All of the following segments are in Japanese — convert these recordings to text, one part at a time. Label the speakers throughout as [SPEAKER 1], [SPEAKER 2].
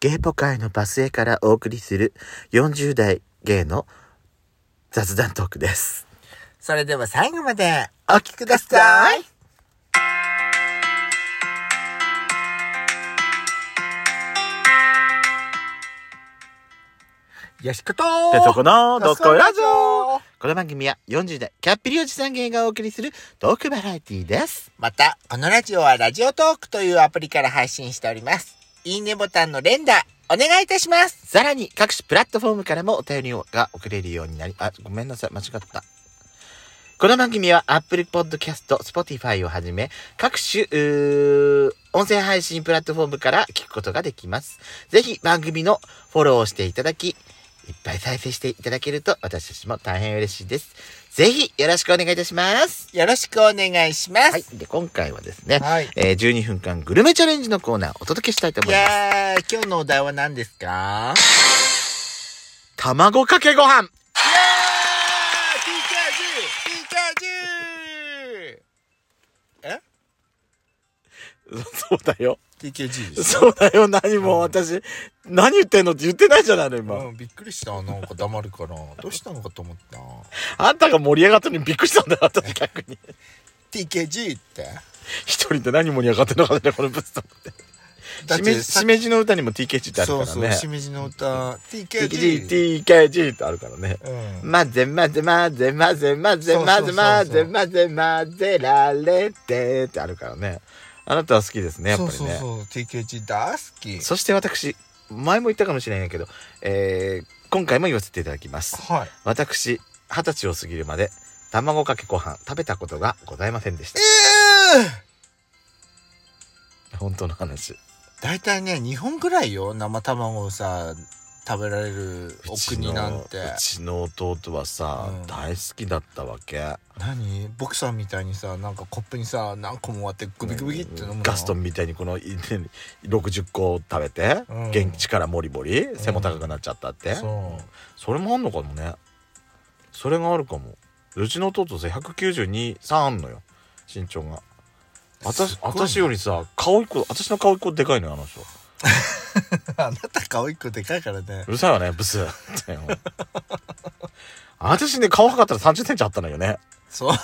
[SPEAKER 1] ゲイポ界のバスへからお送りする40代ゲイの雑談トークです。
[SPEAKER 2] それでは最後まで
[SPEAKER 1] お聞きください。
[SPEAKER 2] よしこと
[SPEAKER 1] でそこのどすこいラジオ
[SPEAKER 2] オ
[SPEAKER 1] この番組は40代キャッピリおじさん芸がお送りするトークバラエティです。
[SPEAKER 2] また、このラジオはラジオトークというアプリから配信しております。いいねボタンの連打、お願いいたします。
[SPEAKER 1] さらに各種プラットフォームからもお便りが送れるようになり、あ、ごめんなさい、間違った。この番組は Apple Podcast、Spotify をはじめ、各種、うー音声配信プラットフォームから聞くことができます。ぜひ番組のフォローをしていただき、いっぱい再生していただけると私たちも大変嬉しいです。ぜひよろしくお願いいたします。
[SPEAKER 2] よろしくお願いします。
[SPEAKER 1] はい。で、今回はですね、
[SPEAKER 2] はい
[SPEAKER 1] えー12分間グルメチャレンジのコーナーをお届けしたいと
[SPEAKER 2] い
[SPEAKER 1] 思います。
[SPEAKER 2] やー、今日のお題は何ですか
[SPEAKER 1] 卵かけご飯
[SPEAKER 2] イエーイピーカ
[SPEAKER 1] そうだよ。
[SPEAKER 2] ージュー !TKG! TKG でし
[SPEAKER 1] そうだよ、何
[SPEAKER 2] うん
[SPEAKER 1] も私、何言ってんのって言ってないじゃないの、
[SPEAKER 2] ょ
[SPEAKER 1] 今。
[SPEAKER 2] うん、びっくりした。なんか黙る から。どうしたのかと思った。
[SPEAKER 1] あんたが盛り上がったのにびっくりしたんだよ、私逆に。
[SPEAKER 2] TKG って。
[SPEAKER 1] 一人で何盛り上がってんのかね、このブスと思って。しめじ、
[SPEAKER 2] さっ
[SPEAKER 1] しめじの歌にも TKG ってあるから
[SPEAKER 2] そう
[SPEAKER 1] ね。
[SPEAKER 2] そう、しめじの歌。
[SPEAKER 1] TKG、
[SPEAKER 2] TKG!
[SPEAKER 1] TKG ってあるからね。
[SPEAKER 2] うん。
[SPEAKER 1] 混ぜ混ぜ混ぜ混ぜ混ぜ混ぜ混ぜ混ぜ混ぜられてってあるからね。あなたは好きですね、やっぱりね。
[SPEAKER 2] そうそうそう、TKG 大好き。
[SPEAKER 1] そして私、前も言ったかもしれないけど、えー今回も言わせていただきます。
[SPEAKER 2] はい。
[SPEAKER 1] 私二十歳を過ぎるまで卵かけご飯食べたことがございませんでし
[SPEAKER 2] え
[SPEAKER 1] た本当の話
[SPEAKER 2] 大体ね、日本ぐらいよ、生卵をさ、食べられるお国なんて。
[SPEAKER 1] うちのうちの弟はさ、
[SPEAKER 2] うん
[SPEAKER 1] 大好きだったわけ
[SPEAKER 2] 何ボクサーみたいにさ、なんかコップにさ、何個も割ってグビグビって飲むの。
[SPEAKER 1] ガストンみたいにこのい 60個食べて、
[SPEAKER 2] うん
[SPEAKER 1] 元気からモリモリ背も高くなっちゃったって、
[SPEAKER 2] そう。
[SPEAKER 1] それもあんのかもねそれがあるかもうちの弟さ1923あんのよ身長が私
[SPEAKER 2] すごいね
[SPEAKER 1] 私よりさ顔一個私の顔一個でかいのよあの人
[SPEAKER 2] あなた顔一個でかいからね
[SPEAKER 1] う。るさいわね、ブス。 って私ね、顔測ったら30センチあったのよね。
[SPEAKER 2] そう。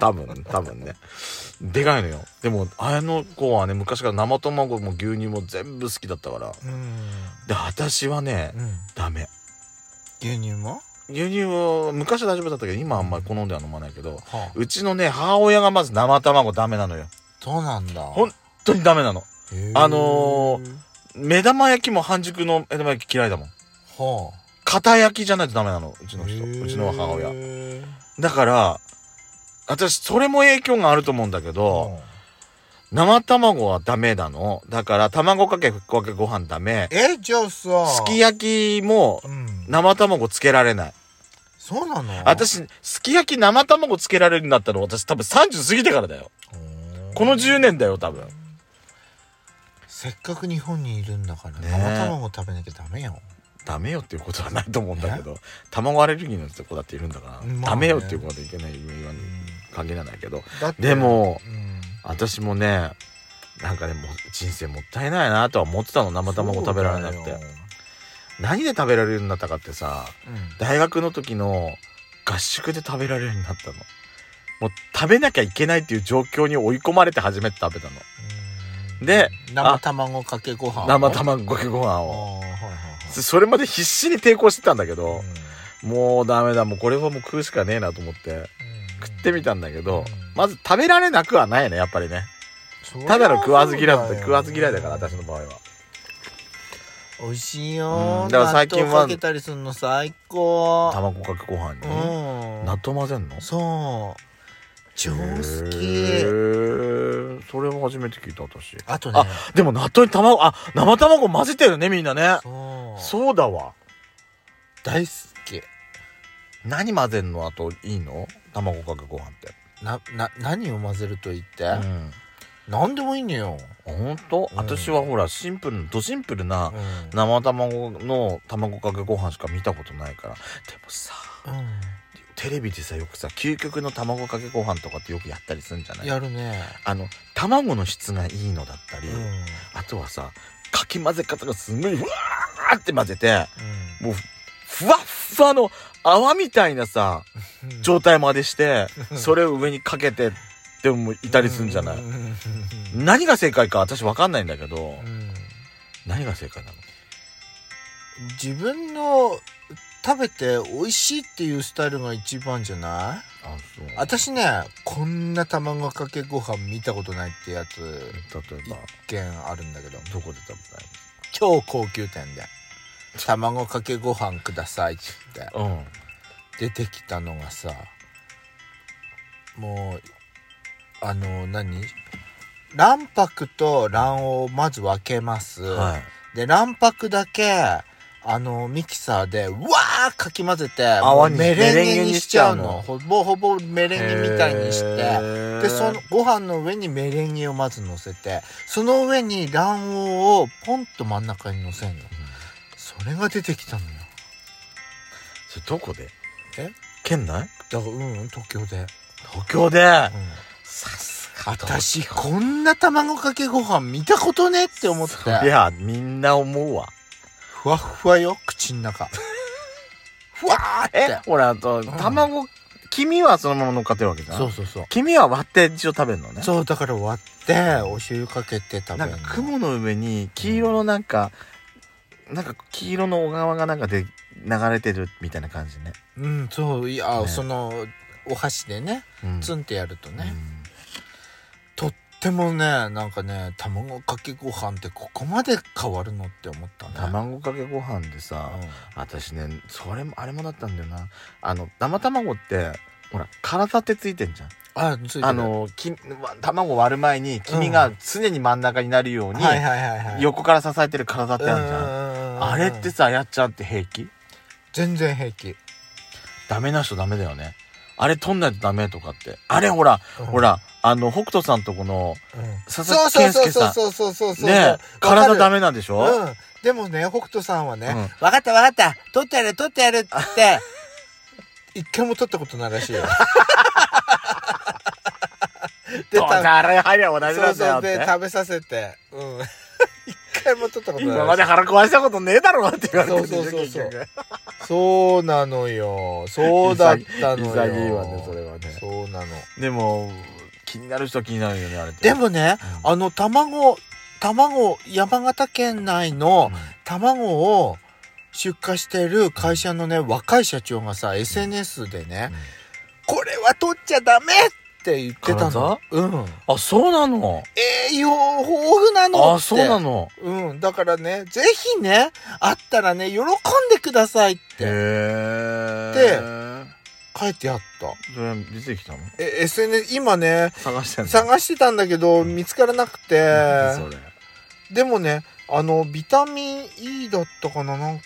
[SPEAKER 1] 多分、多分ね。でかいのよ。でも、あの子はね、昔から生卵も牛乳も全部好きだったから。
[SPEAKER 2] うん。
[SPEAKER 1] で、私はね、
[SPEAKER 2] うん。
[SPEAKER 1] ダメ。
[SPEAKER 2] 牛乳も
[SPEAKER 1] 牛乳は昔は大丈夫だったけど、今はあんまり好んでは飲まないけど、
[SPEAKER 2] はあ、
[SPEAKER 1] うちのね、母親がまず生卵ダメなのよ。
[SPEAKER 2] そうなんだ。
[SPEAKER 1] ほん本当にダメなの。
[SPEAKER 2] へー
[SPEAKER 1] あの目玉焼きも半熟の目玉焼き嫌いだもん。
[SPEAKER 2] はあ。
[SPEAKER 1] 片焼きじゃないとダメなの、う
[SPEAKER 2] う
[SPEAKER 1] ちの人。うちの母親。
[SPEAKER 2] 親。
[SPEAKER 1] だから、私、それも影響があると思うんだけど、生卵はダメなの。だから、卵かけかけご飯ダメ。
[SPEAKER 2] えじゃあさ
[SPEAKER 1] すき焼きも、
[SPEAKER 2] うん
[SPEAKER 1] 生卵つけられない。
[SPEAKER 2] そうなの
[SPEAKER 1] 私、すき焼き生卵つけられるんだったら、私多分30過ぎてからだよ。この10年だよ、多分。
[SPEAKER 2] せっかく日本にいるんだから
[SPEAKER 1] ね
[SPEAKER 2] 生卵食べなきゃダメよ
[SPEAKER 1] ダメよっていうことはないと思うんだけど、卵アレルギーの子だっているんだから、
[SPEAKER 2] まあね
[SPEAKER 1] ダメよっていうことはいけない、言わない限らないけど。
[SPEAKER 2] だって
[SPEAKER 1] でも
[SPEAKER 2] うん
[SPEAKER 1] 私もね、なんかね、もう人生もったいないなとは思ってたの、生卵食べられなく
[SPEAKER 2] そ
[SPEAKER 1] て
[SPEAKER 2] う。だよ
[SPEAKER 1] 何で食べられるようになったかってさ
[SPEAKER 2] うん
[SPEAKER 1] 大学の時の合宿で食べられるようになったのもう食べなきゃいけないっていう状況に追い込まれて初めて食べたの
[SPEAKER 2] うん
[SPEAKER 1] で
[SPEAKER 2] 生卵かけご飯
[SPEAKER 1] 生卵かけご飯
[SPEAKER 2] あー
[SPEAKER 1] を
[SPEAKER 2] はいはいはい
[SPEAKER 1] それまで必死に抵抗してたんだけ
[SPEAKER 2] うん
[SPEAKER 1] ど
[SPEAKER 2] うん
[SPEAKER 1] もうダメだもうこれはもう食うしかねえなと思って食ってみたんだけどまず食べられなくはないねやっぱりね
[SPEAKER 2] そりゃ
[SPEAKER 1] ただの食わず嫌いだ
[SPEAKER 2] そうよ
[SPEAKER 1] 食わず嫌いだから私の場合は
[SPEAKER 2] 美味しいよ
[SPEAKER 1] うんだから最近は
[SPEAKER 2] 納豆かけたりするの最高
[SPEAKER 1] 卵かけご飯に
[SPEAKER 2] うん
[SPEAKER 1] 納豆混ぜんの
[SPEAKER 2] そう超好
[SPEAKER 1] へ
[SPEAKER 2] き
[SPEAKER 1] ーそれも初めて聞いた私
[SPEAKER 2] あとね
[SPEAKER 1] でも納豆に卵、あ、生卵混ぜてるね、みんなね。
[SPEAKER 2] そう
[SPEAKER 1] そうだわ。
[SPEAKER 2] 大好き
[SPEAKER 1] 何混ぜんのあといいの卵かけご飯って。
[SPEAKER 2] なな何を混ぜると言って、
[SPEAKER 1] うん。
[SPEAKER 2] 何でもいいのよ、
[SPEAKER 1] ほんと
[SPEAKER 2] うん
[SPEAKER 1] 私はほら、シンプルな、ドシンプルな
[SPEAKER 2] うん
[SPEAKER 1] 生卵の卵かけご飯しか見たことないから。でもさ、テレビでさ、よくさ、究極の卵かけご飯とかってよくやったりするんじゃ
[SPEAKER 2] う、
[SPEAKER 1] なんい
[SPEAKER 2] やるね、
[SPEAKER 1] あの、卵の質がいいのだったり、
[SPEAKER 2] うん
[SPEAKER 1] あとはさ、かき混ぜ方がすごい、ふわーって混ぜて、もう、ふわっふわの泡みたいなさ、
[SPEAKER 2] うん
[SPEAKER 1] 状態までして、
[SPEAKER 2] うん
[SPEAKER 1] それを上にかけて、でもいたりするんじゃない、
[SPEAKER 2] うんうんうん
[SPEAKER 1] 何が正解か私わかんないんだけど、
[SPEAKER 2] うん
[SPEAKER 1] 何が正解なの
[SPEAKER 2] 自分の食べて美味しいっていうスタイルが一番じゃない
[SPEAKER 1] あ、そう。
[SPEAKER 2] 私ねこんな卵かけご飯見たことないってやつ
[SPEAKER 1] 例えば、
[SPEAKER 2] 一件あるんだけど
[SPEAKER 1] どこで食べたい
[SPEAKER 2] 超高級店で「卵かけご飯ください」って言って
[SPEAKER 1] うん。
[SPEAKER 2] 出てきたのがさもうあの何卵白と卵黄をまず分けます、
[SPEAKER 1] はい。
[SPEAKER 2] で卵白だけあのミキサーでうわーかき混ぜて
[SPEAKER 1] 泡に
[SPEAKER 2] もうメレンゲにしちゃうの
[SPEAKER 1] メレンゲにし
[SPEAKER 2] ほぼほぼメレンゲみたいにして
[SPEAKER 1] て
[SPEAKER 2] でその、ご飯の上にメレンゲをまず乗せてその上に卵黄をポンと真ん中に乗せんのそれが出てきたのよ
[SPEAKER 1] それどこで
[SPEAKER 2] え
[SPEAKER 1] 県内
[SPEAKER 2] だからうん東京で、
[SPEAKER 1] 東京で
[SPEAKER 2] うん、
[SPEAKER 1] さす
[SPEAKER 2] 私こんな卵かけご飯見たことねって思って
[SPEAKER 1] いや、みんな思うわ。
[SPEAKER 2] ふわっふわよ口の中 ふわーって
[SPEAKER 1] え、ほら、あと、卵、黄身はそのまま乗っかってるわけじゃん
[SPEAKER 2] そうそうそう
[SPEAKER 1] 黄身は割って一応食べるのね。
[SPEAKER 2] そうだから割ってお湯かけて食べ
[SPEAKER 1] な
[SPEAKER 2] る
[SPEAKER 1] ん
[SPEAKER 2] の
[SPEAKER 1] か雲の上に黄色のなんか、なんか黄色の小川がなんかで流れてるみたいな感じね。
[SPEAKER 2] うんそういや、
[SPEAKER 1] ね
[SPEAKER 2] そのお箸でね
[SPEAKER 1] うん
[SPEAKER 2] ツンってやるとね、
[SPEAKER 1] うん
[SPEAKER 2] とってもねなんかね卵かけご飯ってここまで変わるのって思ったね
[SPEAKER 1] 卵かけご飯でさ、
[SPEAKER 2] うん
[SPEAKER 1] 私ねそれもあれもだったんだよなあの生卵ってほら体ってついてんじゃん
[SPEAKER 2] あついてる
[SPEAKER 1] あのき卵割る前に黄身が常に真ん中になるように、
[SPEAKER 2] はいはいはいはい
[SPEAKER 1] 横から支えてる体ってあるじゃん
[SPEAKER 2] ゃ
[SPEAKER 1] あれってさやっちゃんって平気
[SPEAKER 2] 全然平気、
[SPEAKER 1] ダメな人ダメだよねあれ取んないとダメとかってあれほら、
[SPEAKER 2] うん
[SPEAKER 1] ほ、らあの北斗さんとこの
[SPEAKER 2] うん
[SPEAKER 1] 佐
[SPEAKER 2] そ
[SPEAKER 1] 々
[SPEAKER 2] う
[SPEAKER 1] 木
[SPEAKER 2] そう
[SPEAKER 1] 健
[SPEAKER 2] そう
[SPEAKER 1] 介
[SPEAKER 2] そ
[SPEAKER 1] さ
[SPEAKER 2] うんそうそうそうそう
[SPEAKER 1] ねえ体ダ
[SPEAKER 2] メ
[SPEAKER 1] メなんでしょ、
[SPEAKER 2] うんでもね北斗さんはね
[SPEAKER 1] うん
[SPEAKER 2] 「わ、かったわかった取ってやる取ってやる」って言って一回も取ったことないらしいよで
[SPEAKER 1] どうせ
[SPEAKER 2] た
[SPEAKER 1] あれ入りゃ同じ
[SPEAKER 2] そ
[SPEAKER 1] な
[SPEAKER 2] うん
[SPEAKER 1] だよ
[SPEAKER 2] そう
[SPEAKER 1] って
[SPEAKER 2] で食べさせてうん一回も取ったことない
[SPEAKER 1] 今まで腹壊したことねえだろって言われてるでしょ
[SPEAKER 2] そうそうそうそう
[SPEAKER 1] 結局
[SPEAKER 2] そうなのよ。そうだったのよ。
[SPEAKER 1] 潔いわねそれはね
[SPEAKER 2] そうなの。
[SPEAKER 1] でも気になる人は気になるよねあれって
[SPEAKER 2] でもね、
[SPEAKER 1] うん
[SPEAKER 2] あの、卵、卵、山形県内の卵を出荷してる会社のね、若い社長がさ、SNS でね、これは取っちゃダメって言ってたの。うん。
[SPEAKER 1] あそうなの
[SPEAKER 2] 栄養豊富なのって。
[SPEAKER 1] あそうなの
[SPEAKER 2] うん。だからね、ぜひね、あったらね、喜んでくださいっ
[SPEAKER 1] へ
[SPEAKER 2] て
[SPEAKER 1] え
[SPEAKER 2] 書いてあった。
[SPEAKER 1] それ出てきたの
[SPEAKER 2] え、SNS、今ね、
[SPEAKER 1] 探してんの
[SPEAKER 2] 探してたんだけど見つからなく
[SPEAKER 1] 何
[SPEAKER 2] て
[SPEAKER 1] それ
[SPEAKER 2] でもねあのビタミン E だったかななんか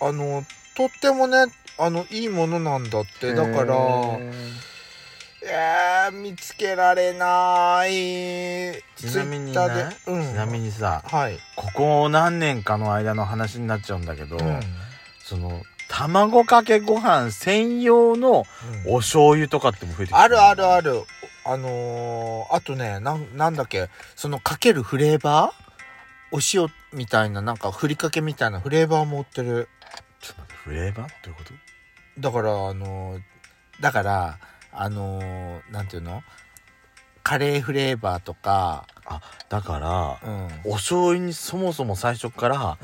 [SPEAKER 2] あのとってもねあのいいものなんだってだからえー、見つけられない
[SPEAKER 1] ちなみにね
[SPEAKER 2] Twitter でうん
[SPEAKER 1] ちなみにさ
[SPEAKER 2] はい、
[SPEAKER 1] ここ何年かの間の話になっちゃうんだけど
[SPEAKER 2] うん
[SPEAKER 1] その卵かけご飯専用の
[SPEAKER 2] うん
[SPEAKER 1] お醤油とかっても増えてきて
[SPEAKER 2] あるあるあ
[SPEAKER 1] る
[SPEAKER 2] るあのーあとねなんなんだっけそのかけるフレーバーお塩みたいななんかふりかけみたいなフレーバーも売ってる
[SPEAKER 1] ちょっと待ってフレーバーどういうこと
[SPEAKER 2] だからあのだからあのなんていうのカレーフレーバーとか
[SPEAKER 1] だから
[SPEAKER 2] うん、うん
[SPEAKER 1] お醤油にそもそも最初から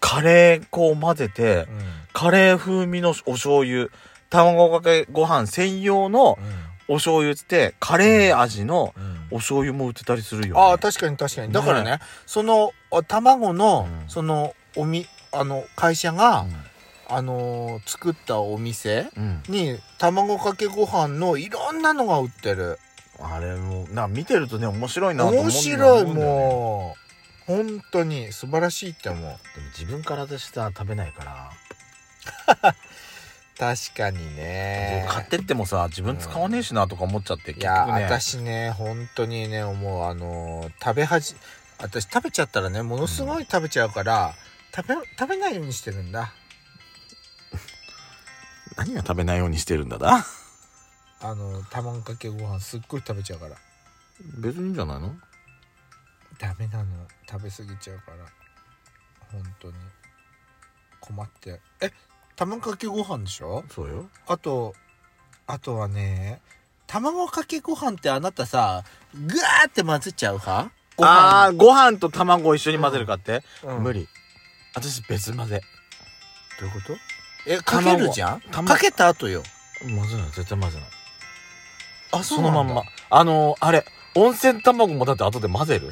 [SPEAKER 1] カレー粉を混ぜてカレー風味のお醤油卵かけご飯専用のお醤油っつってカレー味のお醤油も売ってたりするよ、ね、
[SPEAKER 2] ああ確かに確かにだからね
[SPEAKER 1] ね
[SPEAKER 2] そのあ卵の、
[SPEAKER 1] うん
[SPEAKER 2] そのおみあの会社が、
[SPEAKER 1] う
[SPEAKER 2] あのー作ったお店
[SPEAKER 1] ん、うん
[SPEAKER 2] に卵かけご飯のいろんなのが売ってる
[SPEAKER 1] あれもなんか見てるとね面白いなと思う
[SPEAKER 2] 面白い
[SPEAKER 1] んだよね
[SPEAKER 2] もう本当に素晴らしいって思う
[SPEAKER 1] でも自分から私さ食べないから、
[SPEAKER 2] 確かにね
[SPEAKER 1] 買ってってもさ自分使わねえしなとか思っちゃって
[SPEAKER 2] い
[SPEAKER 1] 結
[SPEAKER 2] や、
[SPEAKER 1] 局ね
[SPEAKER 2] 私ね本当にね思うあのー食べはじ私食べちゃったらねものすごい食べちゃうから、食べ食べないようにしてるんだ
[SPEAKER 1] 何が食べないようにしてるんだな
[SPEAKER 2] あの卵かけご飯すっごい食べちゃうから
[SPEAKER 1] 別にいいんじゃないの
[SPEAKER 2] ダメなの食べ過ぎちゃうから本当に困ってえ卵かけご飯でしょ
[SPEAKER 1] そうよ
[SPEAKER 2] あとあとはね卵かけご飯ってあなたさぐわーって混ぜちゃう派ご
[SPEAKER 1] ああ
[SPEAKER 2] 飯
[SPEAKER 1] ーご飯と卵を一緒に混ぜるかって、
[SPEAKER 2] あ、
[SPEAKER 1] 無
[SPEAKER 2] 理
[SPEAKER 1] 理私別混ぜ
[SPEAKER 2] どういうことえかけるじゃん
[SPEAKER 1] 卵
[SPEAKER 2] かけた後よ
[SPEAKER 1] 混ぜない絶対混ぜない
[SPEAKER 2] あ
[SPEAKER 1] そのまんまあのーあれ温泉卵もだって後で混ぜる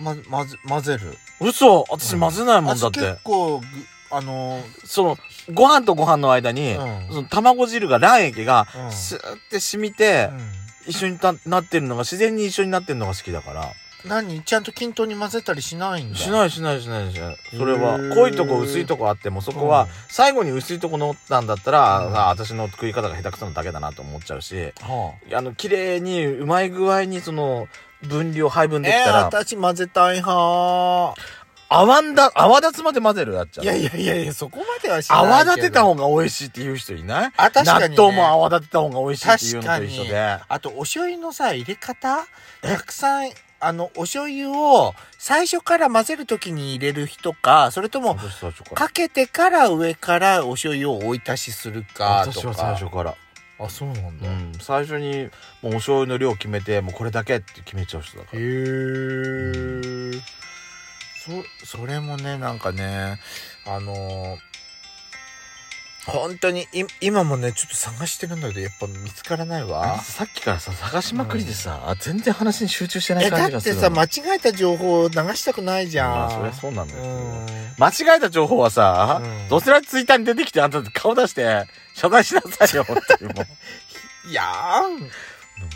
[SPEAKER 2] ま混ぜ混ぜる
[SPEAKER 1] 嘘私混ぜないもんだっ
[SPEAKER 2] 私
[SPEAKER 1] て、
[SPEAKER 2] 結構ぐあのー
[SPEAKER 1] そのご飯とご飯の間に、
[SPEAKER 2] うん
[SPEAKER 1] その卵汁が卵液が
[SPEAKER 2] うん
[SPEAKER 1] スーって染みて、
[SPEAKER 2] う
[SPEAKER 1] 一緒にたなってるのが自然に一緒になってるのが好きだから
[SPEAKER 2] ん何ちゃんと均等に混ぜたりしないんだ
[SPEAKER 1] しないしないしないしないそれは
[SPEAKER 2] へー
[SPEAKER 1] 濃いとこ薄いとこあってもそこ
[SPEAKER 2] う
[SPEAKER 1] は
[SPEAKER 2] ん
[SPEAKER 1] 最後に薄いとこ乗ったんだったら、
[SPEAKER 2] うん
[SPEAKER 1] あ私の食い方が下手くそなだけだなと思っちゃうし
[SPEAKER 2] はあ
[SPEAKER 1] あの綺麗にうまい具合にその分量配分でき
[SPEAKER 2] え
[SPEAKER 1] た
[SPEAKER 2] ー、
[SPEAKER 1] ら、
[SPEAKER 2] 私混ぜたい派
[SPEAKER 1] 泡んだ泡立つまで混ぜるやっちゃう
[SPEAKER 2] いやいやいやいやそこまではしないけど
[SPEAKER 1] 泡立てた方が美味しいって言う人いない
[SPEAKER 2] あ確かに、ね、
[SPEAKER 1] 納豆も泡立てた方が美味しいっていうのと一緒で
[SPEAKER 2] あとお醤油のさ入れ方たくさんあのお醤油を最初から混ぜるときに入れる人かそれとも
[SPEAKER 1] 私最初から
[SPEAKER 2] かけてから上からお醤油を追い足しするかとか
[SPEAKER 1] 私は最初から、
[SPEAKER 2] あそうな
[SPEAKER 1] う
[SPEAKER 2] んへ
[SPEAKER 1] ん、最初にもうお醤油の量決めてもうこれだけって決めちゃう人だから
[SPEAKER 2] えそそれもねなんかねあのー本当にい今もねちょっと探してるんだけどやっぱ見つからないわ
[SPEAKER 1] さっきからさ探しまくりでさ、あ全然話に集中してない
[SPEAKER 2] えだ
[SPEAKER 1] 感じ
[SPEAKER 2] って
[SPEAKER 1] がする
[SPEAKER 2] さ
[SPEAKER 1] の
[SPEAKER 2] 間違えた情報を流したくないじ
[SPEAKER 1] ま
[SPEAKER 2] ゃ
[SPEAKER 1] あ
[SPEAKER 2] ん
[SPEAKER 1] そりゃそうなのよ、
[SPEAKER 2] う
[SPEAKER 1] 間違えた情報はさ、
[SPEAKER 2] うん
[SPEAKER 1] どうせならツイッターに出てきてあんた顔出して謝罪しなさ いよっていうもん
[SPEAKER 2] んいやーん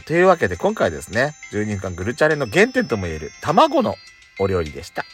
[SPEAKER 1] というわけで今回ですね12分間グルチャレの原点ともいえる卵のお料理でした